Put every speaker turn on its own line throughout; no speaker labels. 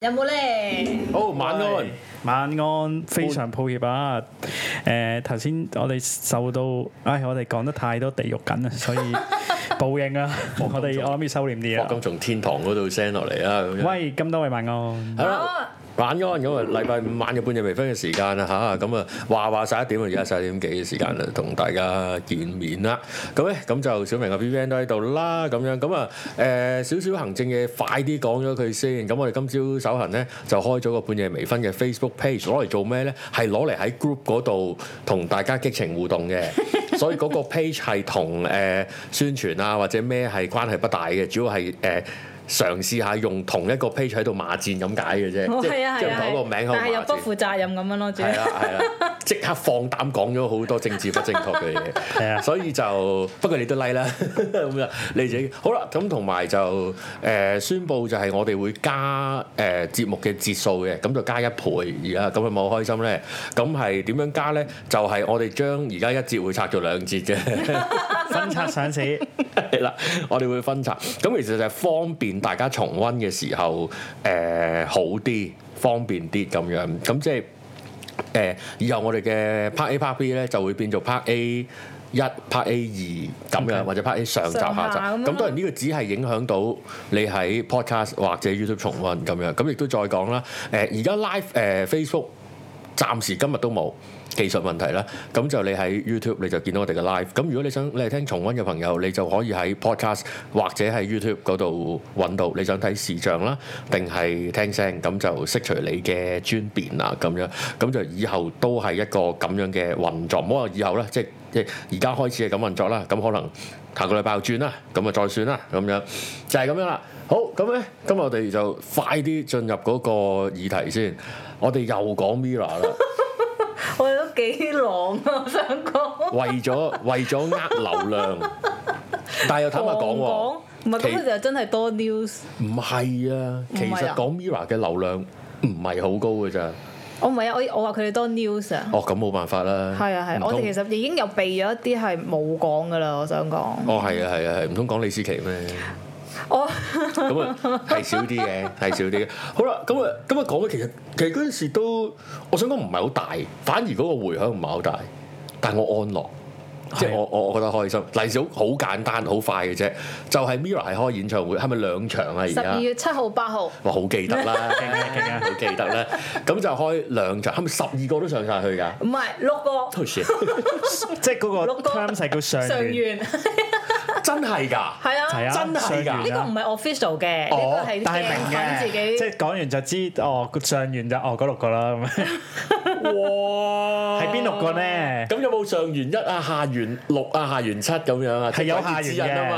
有冇咧？
好，晚安。
晚安，非常抱歉啊！誒頭先我哋受到，唉、我哋講得太多地獄緊啦，所以報應 啊！我哋我諗要收斂啲
霍金
啊！
從天堂嗰度 send 落嚟啊，咁樣。
喂，咁多位晚安，
係啦，晚安咁啊！禮拜五晚嘅半夜微醺嘅時間啦吓，咁啊話話十一點啊，而家十一點幾嘅時間啦，同大家見面啦。咁咧咁就小明嘅 B B N 都喺度啦，咁樣咁啊誒少少行政嘢快啲講咗佢先。咁我哋今朝手痕咧就開咗個半夜微醺嘅 Facebook page，攞嚟做咩咧？係攞嚟喺 group 嗰度同大家激情互動嘅。所以嗰個 page 係同誒宣傳啊或者咩係關係不大嘅，主要係誒。嘗試下用同一個 page 喺度罵戰咁解嘅啫，
我
即
係啊
係即
係
係唔
啊，
講個名喺度
但係又
罵
不
戰。
負責任咁樣咯，主要
係啦啊係啦，即刻放膽講咗好多政治不正確嘅嘢，
係啊
所以就不過你都 like 啦 咁樣，你自己好啦。咁同埋就誒、呃宣佈就係我哋會加誒、呃、節目嘅節數嘅，咁就加一倍而家，咁有冇好開心咧？咁係點樣加咧？就係、我哋將而家一節會拆做兩節嘅。
分拆上 市，
係啦，我哋會分拆。咁其實就係方便大家重温嘅時候，誒、好啲，方便啲咁樣。咁即係誒、以後我哋嘅 Part A、Part B 咧就會變做 Part A。一 part A 二咁樣，或者 part A 上集下
上下
集，
咁樣啊
咁當然呢個只係影響到你喺 podcast 或者 YouTube 重温咁樣，咁亦都再講啦。誒而家 live 誒、Facebook 暫時今日都冇技術問題啦，咁就你喺 YouTube 你就見到我哋嘅 live。咁如果你想你係聽重温嘅朋友，你就可以喺 podcast 或者喺 YouTube 嗰度揾到你想睇視像啦，定係聽聲，咁就識除你嘅專便啦咁樣。咁就以後都係一個咁樣嘅運作，唔好話以後啦，即係即係而家開始係咁運作啦。咁可能下個禮拜又轉啦，咁啊再算啦，咁樣就係、咁樣啦。好，咁咧今日我哋就快啲進入嗰個議題先。我哋又講 Mira 啦。
我哋都幾狼啊！我想講，
為咗為咗呃流量，但係又坦白講喎，
唔係
其
咁佢就真係多 news。
唔係啊，
唔係
其
啊
實講 Mira 嘅流量唔係好高嘅咋。
我唔係啊，我我話佢哋多 news 啊。
哦，咁冇辦法啦。
係啊係
唔
啊，
通
我哋其實已經有避咗一啲係冇講噶啦，我想講。
哦係啊係啊係，唔通講李思琪咩？
我
咁啊係少啲嘅，係少啲嘅。好啦，咁啊咁啊講嘅其實其實嗰陣時都，我想講唔係好大，反而嗰個迴響唔係好大，但我安樂。即係我我我覺得開心，例子好好簡單好快嘅啫，就係 Mira 係開演唱會，係咪兩場啊而
十
家
二？月七號、八號，
哇，好記得啦，
勁啊勁啊
好記得啦。咁就開兩場，係咪十二個都上晒去㗎？
唔係六個
Oh shit，
即係嗰個
六個
term 係叫上
上
元，
元，
真 係㗎！
係啊，
係啊，
真係㗎
上元啊
呢個唔係 official 嘅，呢
哦
個係
但係
鏡
明
粉
嘅，
自己
即。係講完就知哦，上元就哦嗰六個啦，咁樣
哦
哇
係邊六個？咧？
咁有冇上元一啊、下元六啊、下元七咁樣啊？
係有
即鬼滅之刃
下元嘅
啊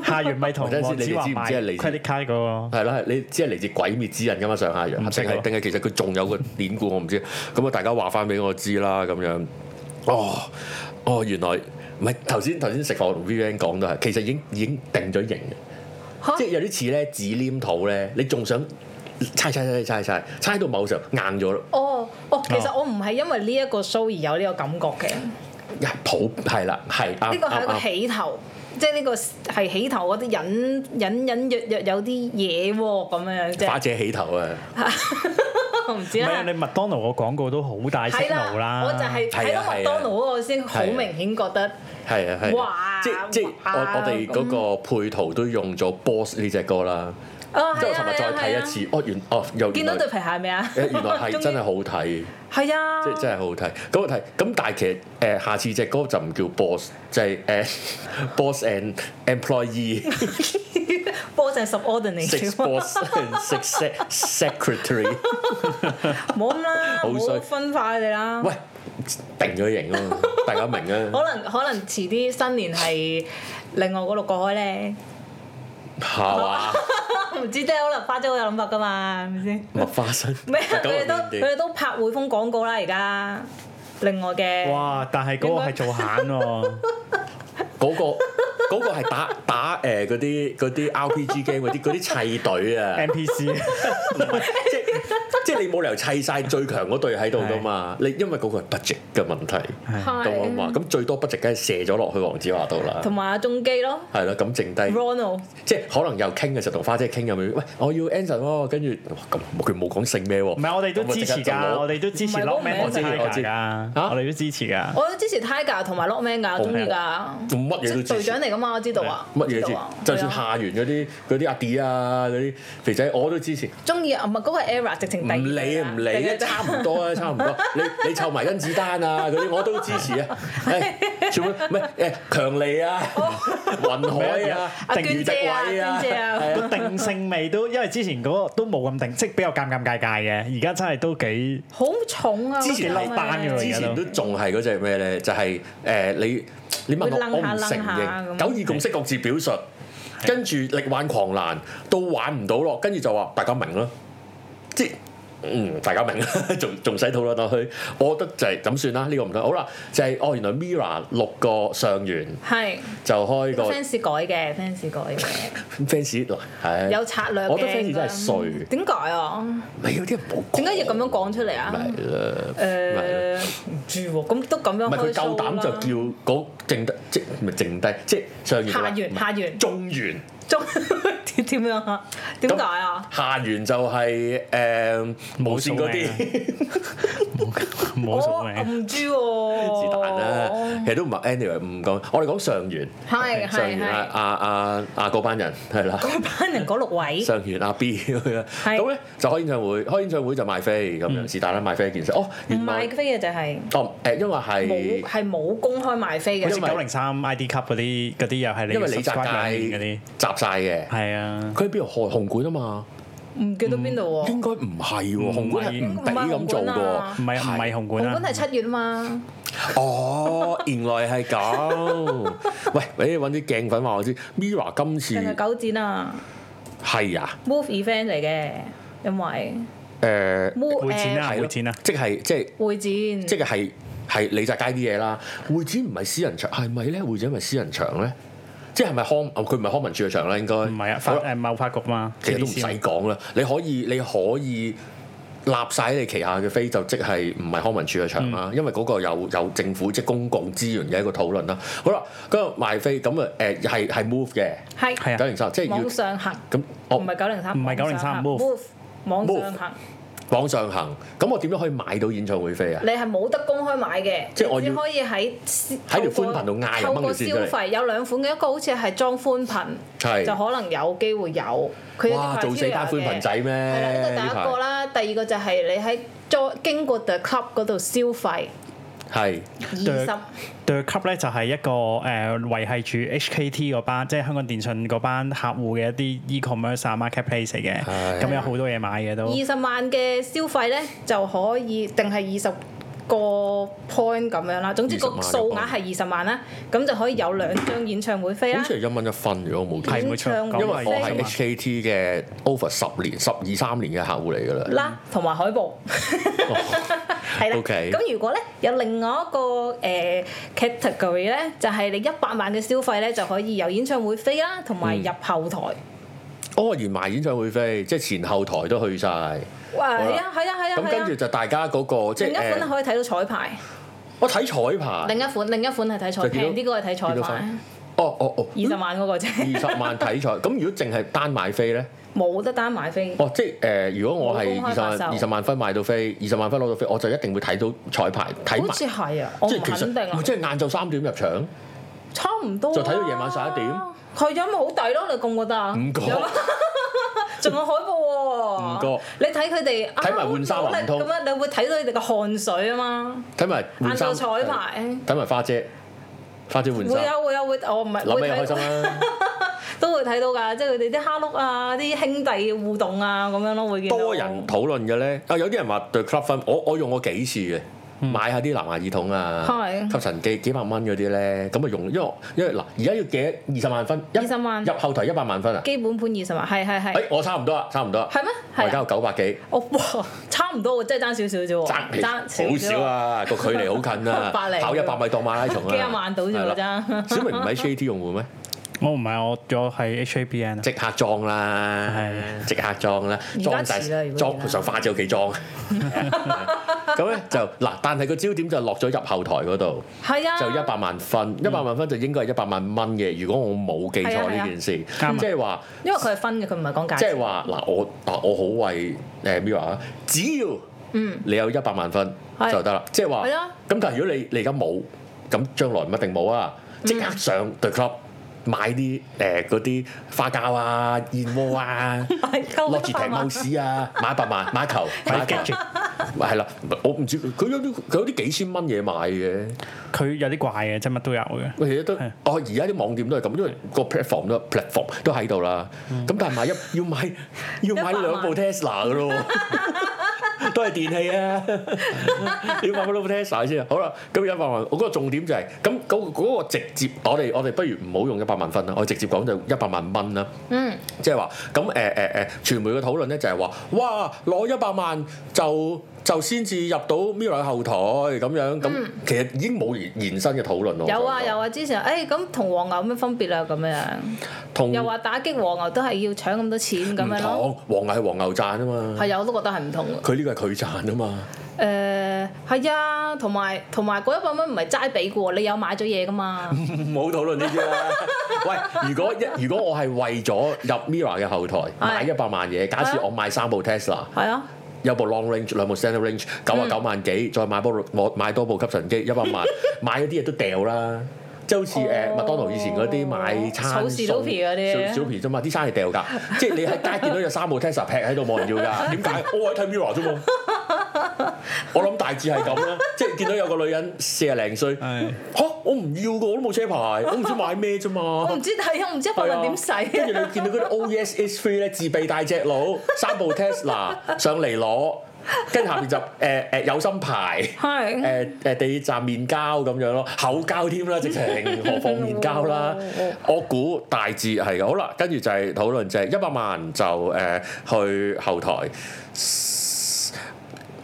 嘛，
下元 咪同
等陣先
黃
你哋
子華
知唔
買
知係嚟自
credit card 嗰個。
係啦，係你只係嚟自鬼滅之刃㗎嘛？上下元
唔識
定係
喎
定係其實佢仲有個典故，我唔知。咁啊，大家話翻俾我知啦，咁樣。哦哦，原來唔係頭先頭先食飯同 V N 講都係，其實已經已經定咗型嘅。
嚇
即係有啲似咧紙黏土咧，你仲想猜猜猜猜猜猜到某時候硬咗咯，
哦哦，其實我唔係因為呢一個 show 而有呢個感覺嘅，呢
一抱係啦，係啱
個係一個
啱啱。
起頭，即係呢個係起頭嗰啲隱隱隱約約有啲嘢喎咁樣
花
啫，
姐起頭啊，
我唔知
唔係啊，
啦
你。麥當勞個廣告都好大聲
係
路啦，
我就係
啊
睇到麥當勞嗰個先好明顯覺得
係啊係啊
哇，
即即我
哇
我哋嗰個配圖都用咗 Boss 呢只歌啦，
啊，
即係
係
我
啊
尋日再睇一，次，哦原哦又
見
原
到
來
對皮鞋未啊？
誒原 來係真係
係
好睇，
係啊，
即係真係好睇。咁我睇咁但係其實誒下次隻歌就唔叫 Boss，就係誒 Boss and Employee。
波成 subordinate
Six
喎
boss and six se- secretary，
冇咁啦，
好衰
冇分化你哋啦。
喂，定咗型啊嘛，大家明啊
可能可能遲啲新年係另外嗰六個開咧，
係嘛？
唔知啫，可能花姐好有諗法噶嘛，係咪先？
麥花生，
咩啊？
九
佢哋
十
都
年
佢
代
哋都拍匯豐廣告啦，而家另外嘅
哇！但係嗰個係做 閒喎，
嗰個嗰個 係打打誒 嗰啲嗰啲 RPG game 嗰啲嗰啲砌隊啊，
NPC
即即係你冇理由砌晒最強嗰隊喺度噶嘛。你因為嗰個係 budget 嘅問題，
係
咁啊嘛。
哦係，
咁最多 budget 梗係射咗落去黃子華度啦。
同埋阿中基咯
係啦，咁剩低
，Ronald
即係可能又傾嘅時候同花姐傾咁樣，喂，我要 Anson 喎，跟住哇咁佢冇講姓咩喎，
唔係我哋都
咁啊
支持
即刻就
㗎，
攞
我哋都支持
唔係
Lock
我
Man
唔
我
係
支持
我知
㗎，
嚇
我哋都支持㗎。
我都支持 Tiger 同埋 Lockman 㗎，我中意㗎，
做乜啊嘢
即係
都支
隊
持
長。嚟㗎嘛，我知道啊，
乜嘢
知
支
道啊
持？就算
係啊
下元嗰啲嗰啲阿弟啊，嗰啲肥仔我都支持。
中意啊，唔係嗰個 era 直情
唔
第二個
理
啦
唔理啊，
第二
差
個
唔 多啊，差唔多。你你湊埋甄子丹啊嗰啲我都支持 啊。誒，全部唔係誒強利啊， 雲海啊，
哦阿娟
余德
姐啊，
偉啊
娟，姐啊，
係
個定性味都，因為之前嗰個都冇咁定，即係比較尷尷尬尬嘅。而家真係都幾
好重啊！
之
嗰
前
個
係
咪
單㗎啦
之前都仲係嗰只咩咧？就係、誒、你你問
會
我，我
楞下
唔承
楞下
認
咁
九二共識各自表述，跟住力挽狂瀾都玩唔到咯，跟住就話大家明啦，即係嗯大家明啦， 仲仲使討論落去，我覺得就係咁算啦，呢、個唔得好啦，就係、哦原來 Mira 六個上元
係
就開個
fans 改嘅，fans 改嘅，
fans 嗱係
有策略嘅。
我覺得 fans 真係衰嘅
點解啊？
咪有啲人冇講
點解要咁樣講出嚟啊？
咪啦。
誒唔知喎，咁都咁樣
唔係
開
佢
show 啊
夠膽就
啦。
叫嗰剩低即唔係剩低即上元就話
下元
唔係
下元
中元
中 點點樣啊？點解啊？
下元就係誒無線嗰啲
數
是
冇
我
所
我
謂。
唔知 喎。
但啦，其實都唔係 anyway 唔講，我哋講上元
哦係
上
係
元啊
係。
啊啊啊嗰班人係啦。
嗰班人嗰六位
上完阿 B 咁樣，咁咧就開演唱會，開演唱會就賣飛咁
嗯
樣，是但啦賣飛一件事。哦，
唔
原來
賣飛嘅就係
哦誒，因為
冇
係
係冇公開賣飛
好
嘅
似
因。為
九零三 ID 級嗰啲嗰啲又係你
因為李澤
subscribe 裏面嗰
楷
啲，
集晒嘅，
係啊，
佢喺邊度開紅館啊嘛？
唔記得邊度喎
應？該唔係
唔
喎，紅館係唔俾咁做嘅喎。
唔係唔係紅館
紅
啊
館，係七月啊嘛，
哦，原來係咁。喂，你揾啲鏡粉話我知，Mira 今次
定係九展啊
係啊，
？Move à. event 嚟嘅，因為
誒
Move
會展
誒
啊
係咯
會展啊
即係即係
會展，
即係係係李澤楷啲嘢啦。會展唔係私人場，係咪咧？會展係咪私人場咧？即係咪康？哦佢唔係康文署嘅場啦，應該
唔係啊，
好
法
啦
誒貿發局嘛，
其實都唔使
TDC 嘛
講啦，你可以你可以立晒你旗下嘅飛，就即係唔係康文署嘅場啦，
嗯
因為嗰個有有政府即係公共資源嘅一個討論啦。好啦，咁啊賣飛咁啊誒係係 move 嘅
係
係啊
九零三，即係要
網上行，
咁哦
唔
我
係九零三，
唔係903
網上行
Move
Move 網
Move
上行，
網上行，咁我點樣可以買到演唱會飛啊？
你係冇得公開買嘅，
即係我要
你只可以喺
條
喺
寬頻度嗌人
透
掹條
過
線
消
出嚟
費有兩款嘅，一個好似係裝寬頻，
係
就可能有機會有，佢有
哇，
啲
做死單寬頻
criteria 嘅。
仔
係
咩？
啦，呢個第
呢
一個
排
啦，第二個就係你喺再經過 The Club 嗰度消費
係
二
The-
十。
對 club 咧就係一個誒、呃、維係住 HKT 嗰班，即係香港電訊嗰班客戶嘅一啲 e-commerce 啊 marketplace 嚟嘅，
係
咁有好多嘢買嘅都。
二十萬嘅消費咧就可以，定係二十個 point 咁樣啦。總之個
20萬嘅
數額係二十萬啦，咁就可以有兩張演唱會飛啦
好。似係一蚊一分，如果我冇記
係
錯。
冇
演
錯
唱
因
咁
為我
會
係
飛
HKT 嘅 over 十年、十二三年嘅客戶嚟㗎啦。
啦，同埋海報。 係啦，
OK
咁如果咧有另外一個誒 category 咧，就係你一百萬嘅消費咧，就可以有演唱會飛啦，同埋入後台。
哦，連埋演唱會飛，即係前後台都去晒。
哇，
好
係
啦
啊，係啊，係啊，
咁
係
跟住
啊。
就大家嗰、個即
另一
係
款啊
誒，
可以睇到彩排，
我睇彩排。
另一款另一款係睇彩
啊就見到
平啲嗰個係睇彩
見到嗯
排，
翻哦哦哦，
二十萬嗰個啫。
二十萬睇彩。咁如果淨係單買飛咧，
冇得單買飛，
哦，即係誒、如果我係
冇公
二
開發
十
售
萬二十萬分買到飛，二十萬分攞到飛，我就一定會睇到彩排，睇
好
埋。
似
即
係啊，我唔
係其
肯定
實，
啊，
即係晏晝三點入場，唔
差唔多啊。
就睇到夜晚11點
佢有咪好抵咯？你覺唔覺得啊？
覺
有 啊仲有海報喎，
唔
你睇佢哋
睇埋換衫啊唔通
咁樣，你會睇到佢哋嘅汗水啊嘛。
睇埋換
晏
衫
晝彩，排
睇埋花姐，花姐換
會
衫，
啊會啊會，我唔係
諗
會
起又開心啊
睇
啦。
都會睇到㗎，即係佢哋啲蝦碌啊、啲兄弟互動啊咁樣咯，會見到
多人討論嘅咧，啊有啲人話對 club 分，我我用過幾次嘅。買下啲藍牙耳筒啊，
嗯係
吸塵機幾百蚊嗰啲咧，咁啊用，因為因為嗱，而家要幾二十萬分，一
20萬
入後台一百萬分啊，
基本盤二十萬，係係
誒
係，
我差唔多啦，差唔多啦，
係咩
我
係啊
而家有九百幾，
我哇差唔多喎，真係爭少哦少啫喎，
爭好少啊，個距離好近啊
百，零
跑一百米當馬拉松啊，
幾廿萬到啫
係
喎，
啦
真。
小明唔係 HKT 用戶咩？
我唔係我我係 HABN 啊，
即刻裝啦，即刻裝啦，
而家
裝晒
遲啦如果
裝
而家
佢上花姐屋企裝。 咁咧就嗱，但係個焦點就落咗入後台嗰度，
係啊，
就一百萬分，一百萬分就應該係一百萬蚊嘅。如果我冇記錯
係啊係
呢
啊
件事，
啱啊
即係話。
因為佢係分嘅，佢唔係講價錢。
即係話嗱，我嗱我好為誒 Mira 啊，只要你有一百萬分
係
就得啦。嗯即係話
係啊
咁，但係如果你你而家冇，咁將來唔一定冇啊！即刻上對 club 買啲誒嗰啲花膠啊、燕窩 啊、
買夠
落住
100
平
萬
house 啊，買一百萬買一球買一球，係啦，我唔知佢有啲佢有啲幾千蚊嘢買嘅。
佢有啲怪嘅，即係乜都有嘅。
喂，其實都
係
哦，而家啲網店都係咁，因為個 platform 都 platform 都喺度啦。咁但係買一要買要買兩
100萬
部 Tesla 嘅咯喎，都係電器啊！要買嗰部 Tesla 先啊。好啦，咁一百萬，我嗰個重點就係咁嗰嗰個直接，我哋我哋不如唔好用一百萬分啦，我直接講就一百萬蚊啦。
嗯，
即係話咁誒誒誒，傳媒嘅討論咧就係話，哇攞一百萬就就先至入到 Mirror 後台咁樣，咁、其實已經冇延延伸嘅討論咯。
有啊
我想講
有啊，之前誒咁同黃牛有咩分別啊？咁樣
同
又話打擊黃牛都係要搶咁多錢咁
唔
樣咯，
同黃牛係黃牛賺啊嘛，
係啊，我都覺得係唔同嘅。
佢呢個係佢賺啊嘛，嗯
誒係啊，同埋同埋嗰一百蚊唔係齋俾嘅喎，你有買咗嘢噶 嘛？
唔好討論呢啲啊啦。 喂，如果一如果我係為咗入 Mira 嘅後台買一百萬嘢，假
係
設
啊
我買三部 Tesla，
係啊，
有部 long range 兩部 standard range 九
嗯
啊九萬幾，再買部我買多部吸塵機一百 萬，買嗰啲嘢都掉啦。即係好似誒
哦
麥當勞以前嗰啲買餐
草士多啤嗰啲
小小皮啫嘛，啲餐係 掉㗎，即係你喺街見到有三部 Tesla 劈喺度冇人要㗎，點解？我喺睇 Mirror 啫嘛， 我諗大致係咁啦，即係見到有個女人四廿零
嗯
歲，
係
吓，我唔要㗎，我都冇車牌，我唔知買咩啫嘛
我。唔知係啊，我唔知一百蚊點使
跟住你見到嗰啲 O E S S Three 咧，自備大隻佬，三部 Tesla 上嚟攞，跟住下面就誒誒、呃有心牌，誒
係。
誒、呃地鐵站面交咁樣咯，口交添啦，直情何況面交啦我估大致係嘅，好啦，跟住就係討論就係一百萬就誒、呃去後台，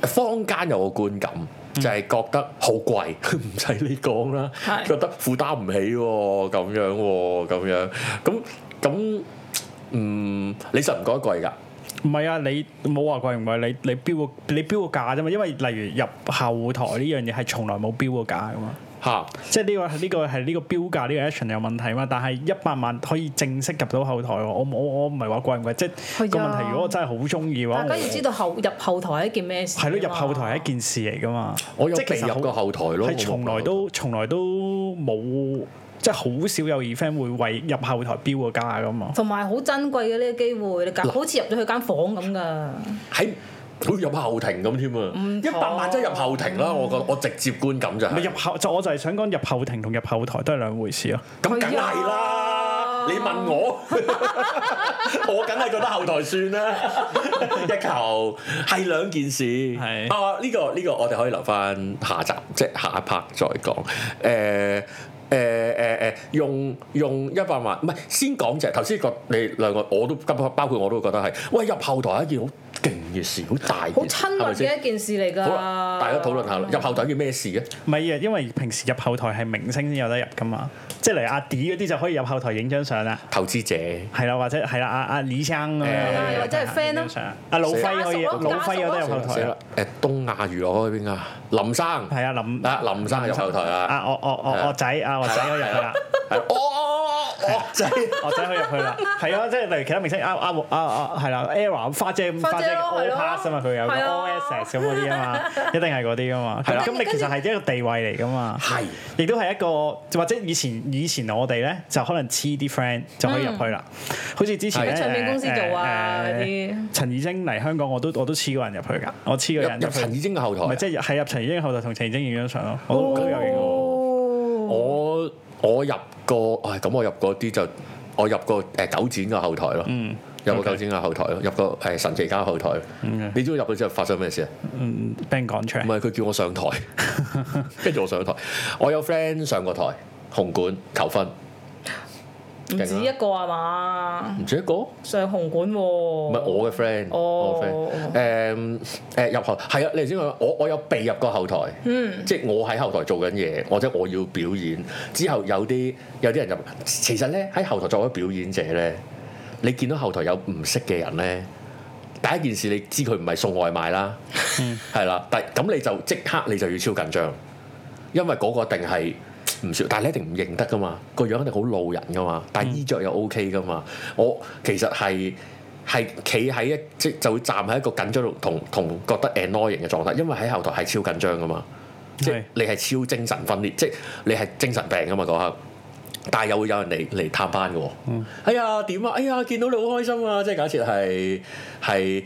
坊間有個觀感。
嗯
就係覺得好貴， 唔使你講啦，
係
覺得負擔唔起喎，咁樣喎，咁樣，咁咁，嗯，你實唔覺得貴㗎？
唔係啊，你冇話貴唔貴，你你標個你標個價啫嘛。因為例如入後台呢樣嘢係從來冇標過價噶嘛。
嚇，
即係呢個係呢個係呢個標價呢個 action 有問題嘛，但係一百萬可以正式入到後台喎，我我我唔係話貴唔貴，即
係啊
係個問題。如果我真係好中意嘅話，
大
我
家要知道後入後台係一件咩事。啊
係咯，入後台係一。件事嚟噶嘛，
我有
即係其
被
實
入個
好
後台咯，
係從來都從來都冇，即係好少有 event 會為入後台標個價噶嘛。
同埋好珍貴嘅呢個機會，你搞好似入咗佢間房咁㗎。
喺好似入後庭咁添啊！
唔嗯
一
同
百萬真係入後庭啦，我覺我直接觀感就
咪
係
入後就我就係想講入後庭同入後台都係兩回事咯。
咁
啊
梗係啦！你問我， 我梗係覺得後台算啦。 一球係兩件事，
係
啊呢、個呢、個我哋可以留翻下集，即係下一 part 再講。誒誒誒誒，用用一百萬，唔係先講就係頭先個你兩個，我都包括我都覺得係，喂入後台係一件好勁嘅事，好大嘅事，
好親
係咪
密
先
嘅一件事嚟㗎。
好啦，大家討論下
嗯
啦，入後台叫咩事啊？
唔係啊，因為平時入後台係明星先有得入噶嘛，即係例如阿 D 嗰啲就可以入後台影張相啦。
投資者
係啦，或者係啦，阿阿李生咁
誒
樣，
啊或者係 friend 咯
咯，阿老輝可以，
家屬啊
老輝有得入
死
後台
啦
啊，！
誒東亞娛樂嗰邊啊，林生。
係啊，林
啊，林生入後台啊！
啊，我我我
係啊
我仔啊，我仔可以入去 啦，
係哦哦哦 哦，真係
我仔可以入去啦，係啊，即係例如其他明星啊啊啊啊，係啦，Era 花姐咁，花
花姐
姐
咯
All
係咯
Pass 啊嘛，佢有個
係啊
OSS 咁嗰啲啊嘛， 一定係嗰啲噶嘛，
係啦
咁你其實係一個地位嚟噶嘛。
係
亦都係一個，或者以前以前我哋咧就可能黐啲 friend 就可以入去啦。好似之前咧
嗯喺唱片公司做啊
誒誒
嗰啲
陳以晶嚟香港，我都我都黐個人入去㗎，我黐個人
入入
入去，
陳以晶嘅啊後
唔係
台。
即係係入陳以晶後台同陳以晶影張相咯，我都都有影過。
哦。
我我入過，唉咁我入嗰啲就我入過誒九展嘅後台咯，入過
嗯 OK
九展嘅後台咯，入過誒神奇家後台。
嗯
你知唔知入咗之後發生咩事啊？
嗯，俾人講出
唔
嚟，
係佢叫我上 台，跟住我上台。我有 friend 上過台紅館求婚，
唔
勁啊
止一個係嘛？
唔止一個。
上紅館喎，唔
唔係我嘅 friend，
哦
我嘅 friend，誒誒入後係啊，你頭先講我我有被入過後台，嗯，即係我喺後台做緊嘢，或者我要表演，之後有啲有啲人入，其實咧喺後台作為表演者咧，你見到後台有唔識嘅人咧。第一件事你知佢唔係送外賣啦，
嗯
係啦、但咁你就即刻你就要超緊張，因為嗰個一定係唔少，但係你一定唔認得噶嘛，個樣一定好路人噶嘛，但係衣着又 OK 噶嘛。我其實係係企喺一即就會站喺一個緊張同同覺得 annoying 嘅狀態，因為喺後台係超緊張噶嘛，即係
係
你係超精神分裂，即係你係精神病噶嘛嗰刻。但係又會有人嚟嚟探班嘅喎。哎呀點啊！哎呀見到你好開心啊！即係假設係係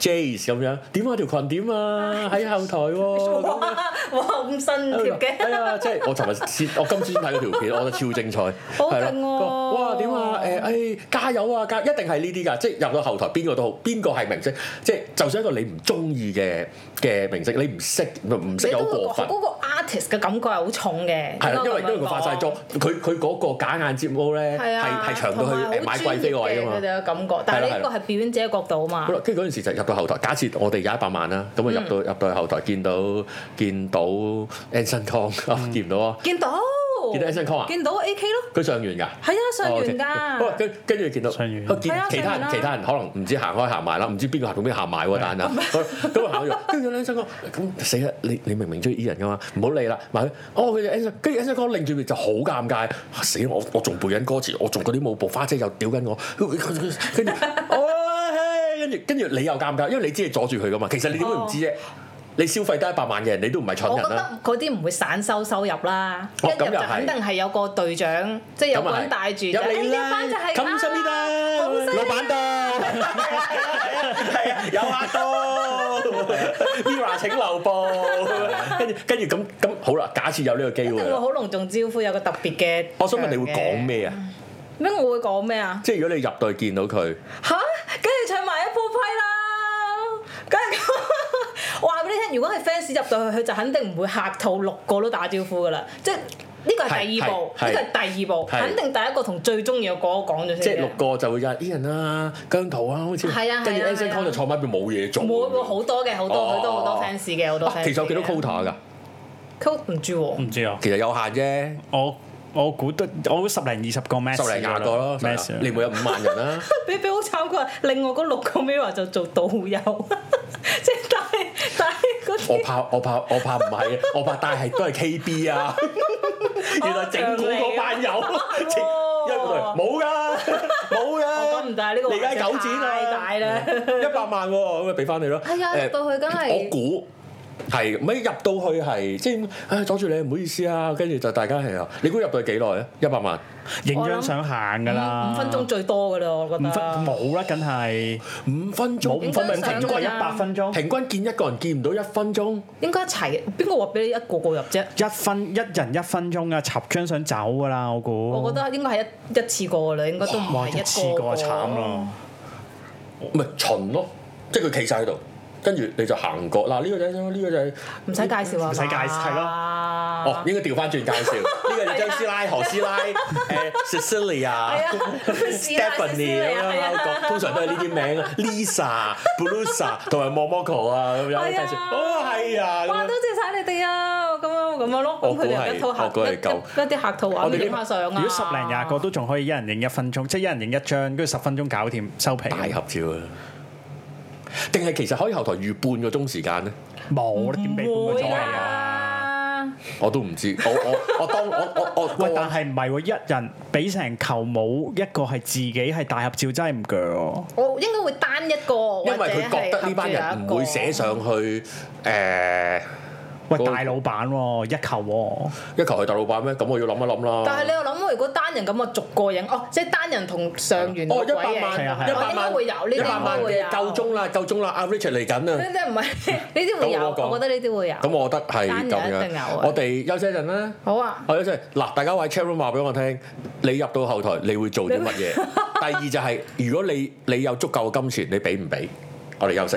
Jace 咁樣，點啊條裙點啊喺後台喎、咁樣
哇咁新貼嘅，
哎呀，即係我尋日先， 我今朝先睇嗰條片，我覺得超精彩，
好
係啦
勁喎
佢話哇，點啊？誒，哎，加油啊！加，一定係呢啲㗎，即係入到後台，邊個都好，邊個係明星，即係就算一個你唔中意嘅嘅明星，你唔識唔 唔識
你
又
都
好
會覺
過分
得。嗰個 artist 嘅感覺係好重嘅，
係啦，因為
應該
因
咁樣
為佢化晒妝
講。，
佢佢嗰個假眼睫毛咧
係
係
啊，
係長到去
同埋好
誒買貴飛位㗎
專業嘅
嘛
佢。哋嘅感覺，但係你呢
係啦係
個
啦
係表演者嘅角度嘛
好，啦，跟住嗰陣時就入到後台。假設我哋有一百萬啦，咁啊入到入到去後台，見到
嗯
見到 Anson Kong 啊，見唔到啊，
見到
見到 Anson Kong 啊，
嗯見到 AK 咯，
佢上完㗎。
係啊，上完
哦，OK
㗎。
跟跟住見到，
上完
我見
係啊
其他
上完啦
人其他人可能唔知行開行埋啦，唔知邊個行到邊個 行埋喎，但係啊咁咁啊行咗，跟住咧想講，咁死啦！你你明明中意 E 人噶嘛，唔好理啦，埋佢，哦佢就 Anson，跟住 Anson 哥擰住面就好尷尬，啊死啦！我我仲背緊歌詞，我仲嗰啲舞步，花姐又屌緊我，跟住 哦嘿跟住跟住你又尷尬，因為你知你阻住佢噶嘛，其實你點會唔知啫？你消費得一百萬嘅人，你都唔係蠢
哦我
人
覺
啦。
得嗰啲唔會散收收入啦，一
哦
入
咁
就
又係
肯定係有個隊長，即係有個人帶住就，
入
哎
嚟
一
啦，
班就係
冚心呢
啊好犀利
度，老闆度，係啊，有客到，Mira 請留步，跟住跟住咁咁好啦，假設有呢個機
一
會
定會
啦，
好嗯隆重招呼，有個特別嘅。
我想問你會講？咩啊？
咩？我會講咩啊？
即係如果你入到去見到佢，
吓，梗係唱埋一鋪批啦！梗係咁 我話俾你聽，如果係 fans 入到去，佢就肯定唔會客套六個都打招呼噶啦，即係呢個係第二步，
係係
呢個係第二步，
係
肯定第一個同最中意嘅嗰個講咗先嘅。
即係六個就會有 Ian 啊、姜濤啊，好似
係啊係啊
跟住
係啊
Anson Kong 就坐埋一邊冇嘢做，
冇冇好多嘅，好多好多好多 fans 嘅，好多
哦啊
fans。
其實有幾多 quota 㗎？
quota 唔住喎，
唔知啊，
其實有限
我我估得我估十零二十個 max
啫，十零廿個咯，係
max
啊你每有五萬人啦。
比比好慘佢話，另外嗰六個 mirror 就做導遊，即 係但係但係嗰
我
啲
怕我怕我怕唔係，我怕但係都係 KB 啊！ 原來整蠱嗰班友，
哦
整一個隊冇噶冇
啊我覺
噶，
唔大呢個
你而家九展
太
啊，
大啦。
一百萬喎，咁咪俾翻你咯。
係啊入到去梗係
誒我估。係，咪入到去係即係，唉，阻住你唔好意思啊，跟住就大家係啊，你估入到去幾耐啊？一百萬
影張相行㗎啦，
五分鐘最多噶啦，我覺
五分
得。
冇啦，梗係
五分
冇
鐘，啊
五分
影張相
鐘，平均一
㗎啦
百分鐘，
平均見一個人見唔到一分鐘，
應該一齊嘅，邊個話俾你一個個入啫？
一分一人一分鐘啊，插張相走㗎啦，我估。
我覺得應該係一一次過噶啦，應該都唔
哦哇
係
一次
個啊個
過慘啦，
唔係巡咯，即係佢企晒喺度，跟住你就行過嗱，呢個就係呢個就係
唔使介紹啊嘛，
唔使介紹係
哦，
咯。
應該調翻轉介紹，呢個就張師奶、何師奶、 誒 Cecilia
啊係 啊係
Stephanie 咁樣
啊
講，通常都係呢啲名啊，Lisa、Blusa 同埋 Momoko 啊咁樣介紹。哦，係啊，咁
哇！
樣
多謝晒你哋啊，咁樣咁樣咯，
我
咁
估
佢哋有一套
係我估
客一
係夠
一一啲客套畫
我哋
面影下相啊。
如果十零廿個都仲可以一人影一分鐘，即係一人影一張，跟住十分鐘搞掂收皮。
大合照啊！定係其實可以後台預半個鐘時間咧，
冇啦，點俾半個
會
鐘嚟啊？
啦，
我都唔知。我我我當我我我
喂，但係唔係喎？一人俾成球冇一個係自己係大合照，真係唔鋸喎。
我應該會單一個，
因為佢覺得呢班人唔會寫上去誒
喂，
嗰個
大老闆喎，一球喎，
一球係大老闆咩？咁我要諗一諗啦。
但係你又諗，如果單人咁啊，逐個影哦，即係單人同上完
哦，
嗰
一
位
百萬，
係啊係
一
啊
哦
百
應該
萬
會有，呢
一
啲
百
應
萬
該會有
嘅夠鐘啦，夠鐘啦，阿 Richard 嚟緊
呢
啊！
啲唔係，呢啲會有，
咁我講
我覺得呢啲會有。
咁我覺得係
單人
咁
嗯一定有
樣
啊，
我哋休息一陣啦。
好啊，
我休息嗱，大家喺 chat room 話俾我聽，你入到後台你會 做啲乜嘢？第二就係如果你你有足夠嘅金錢，你俾唔俾？我哋休息。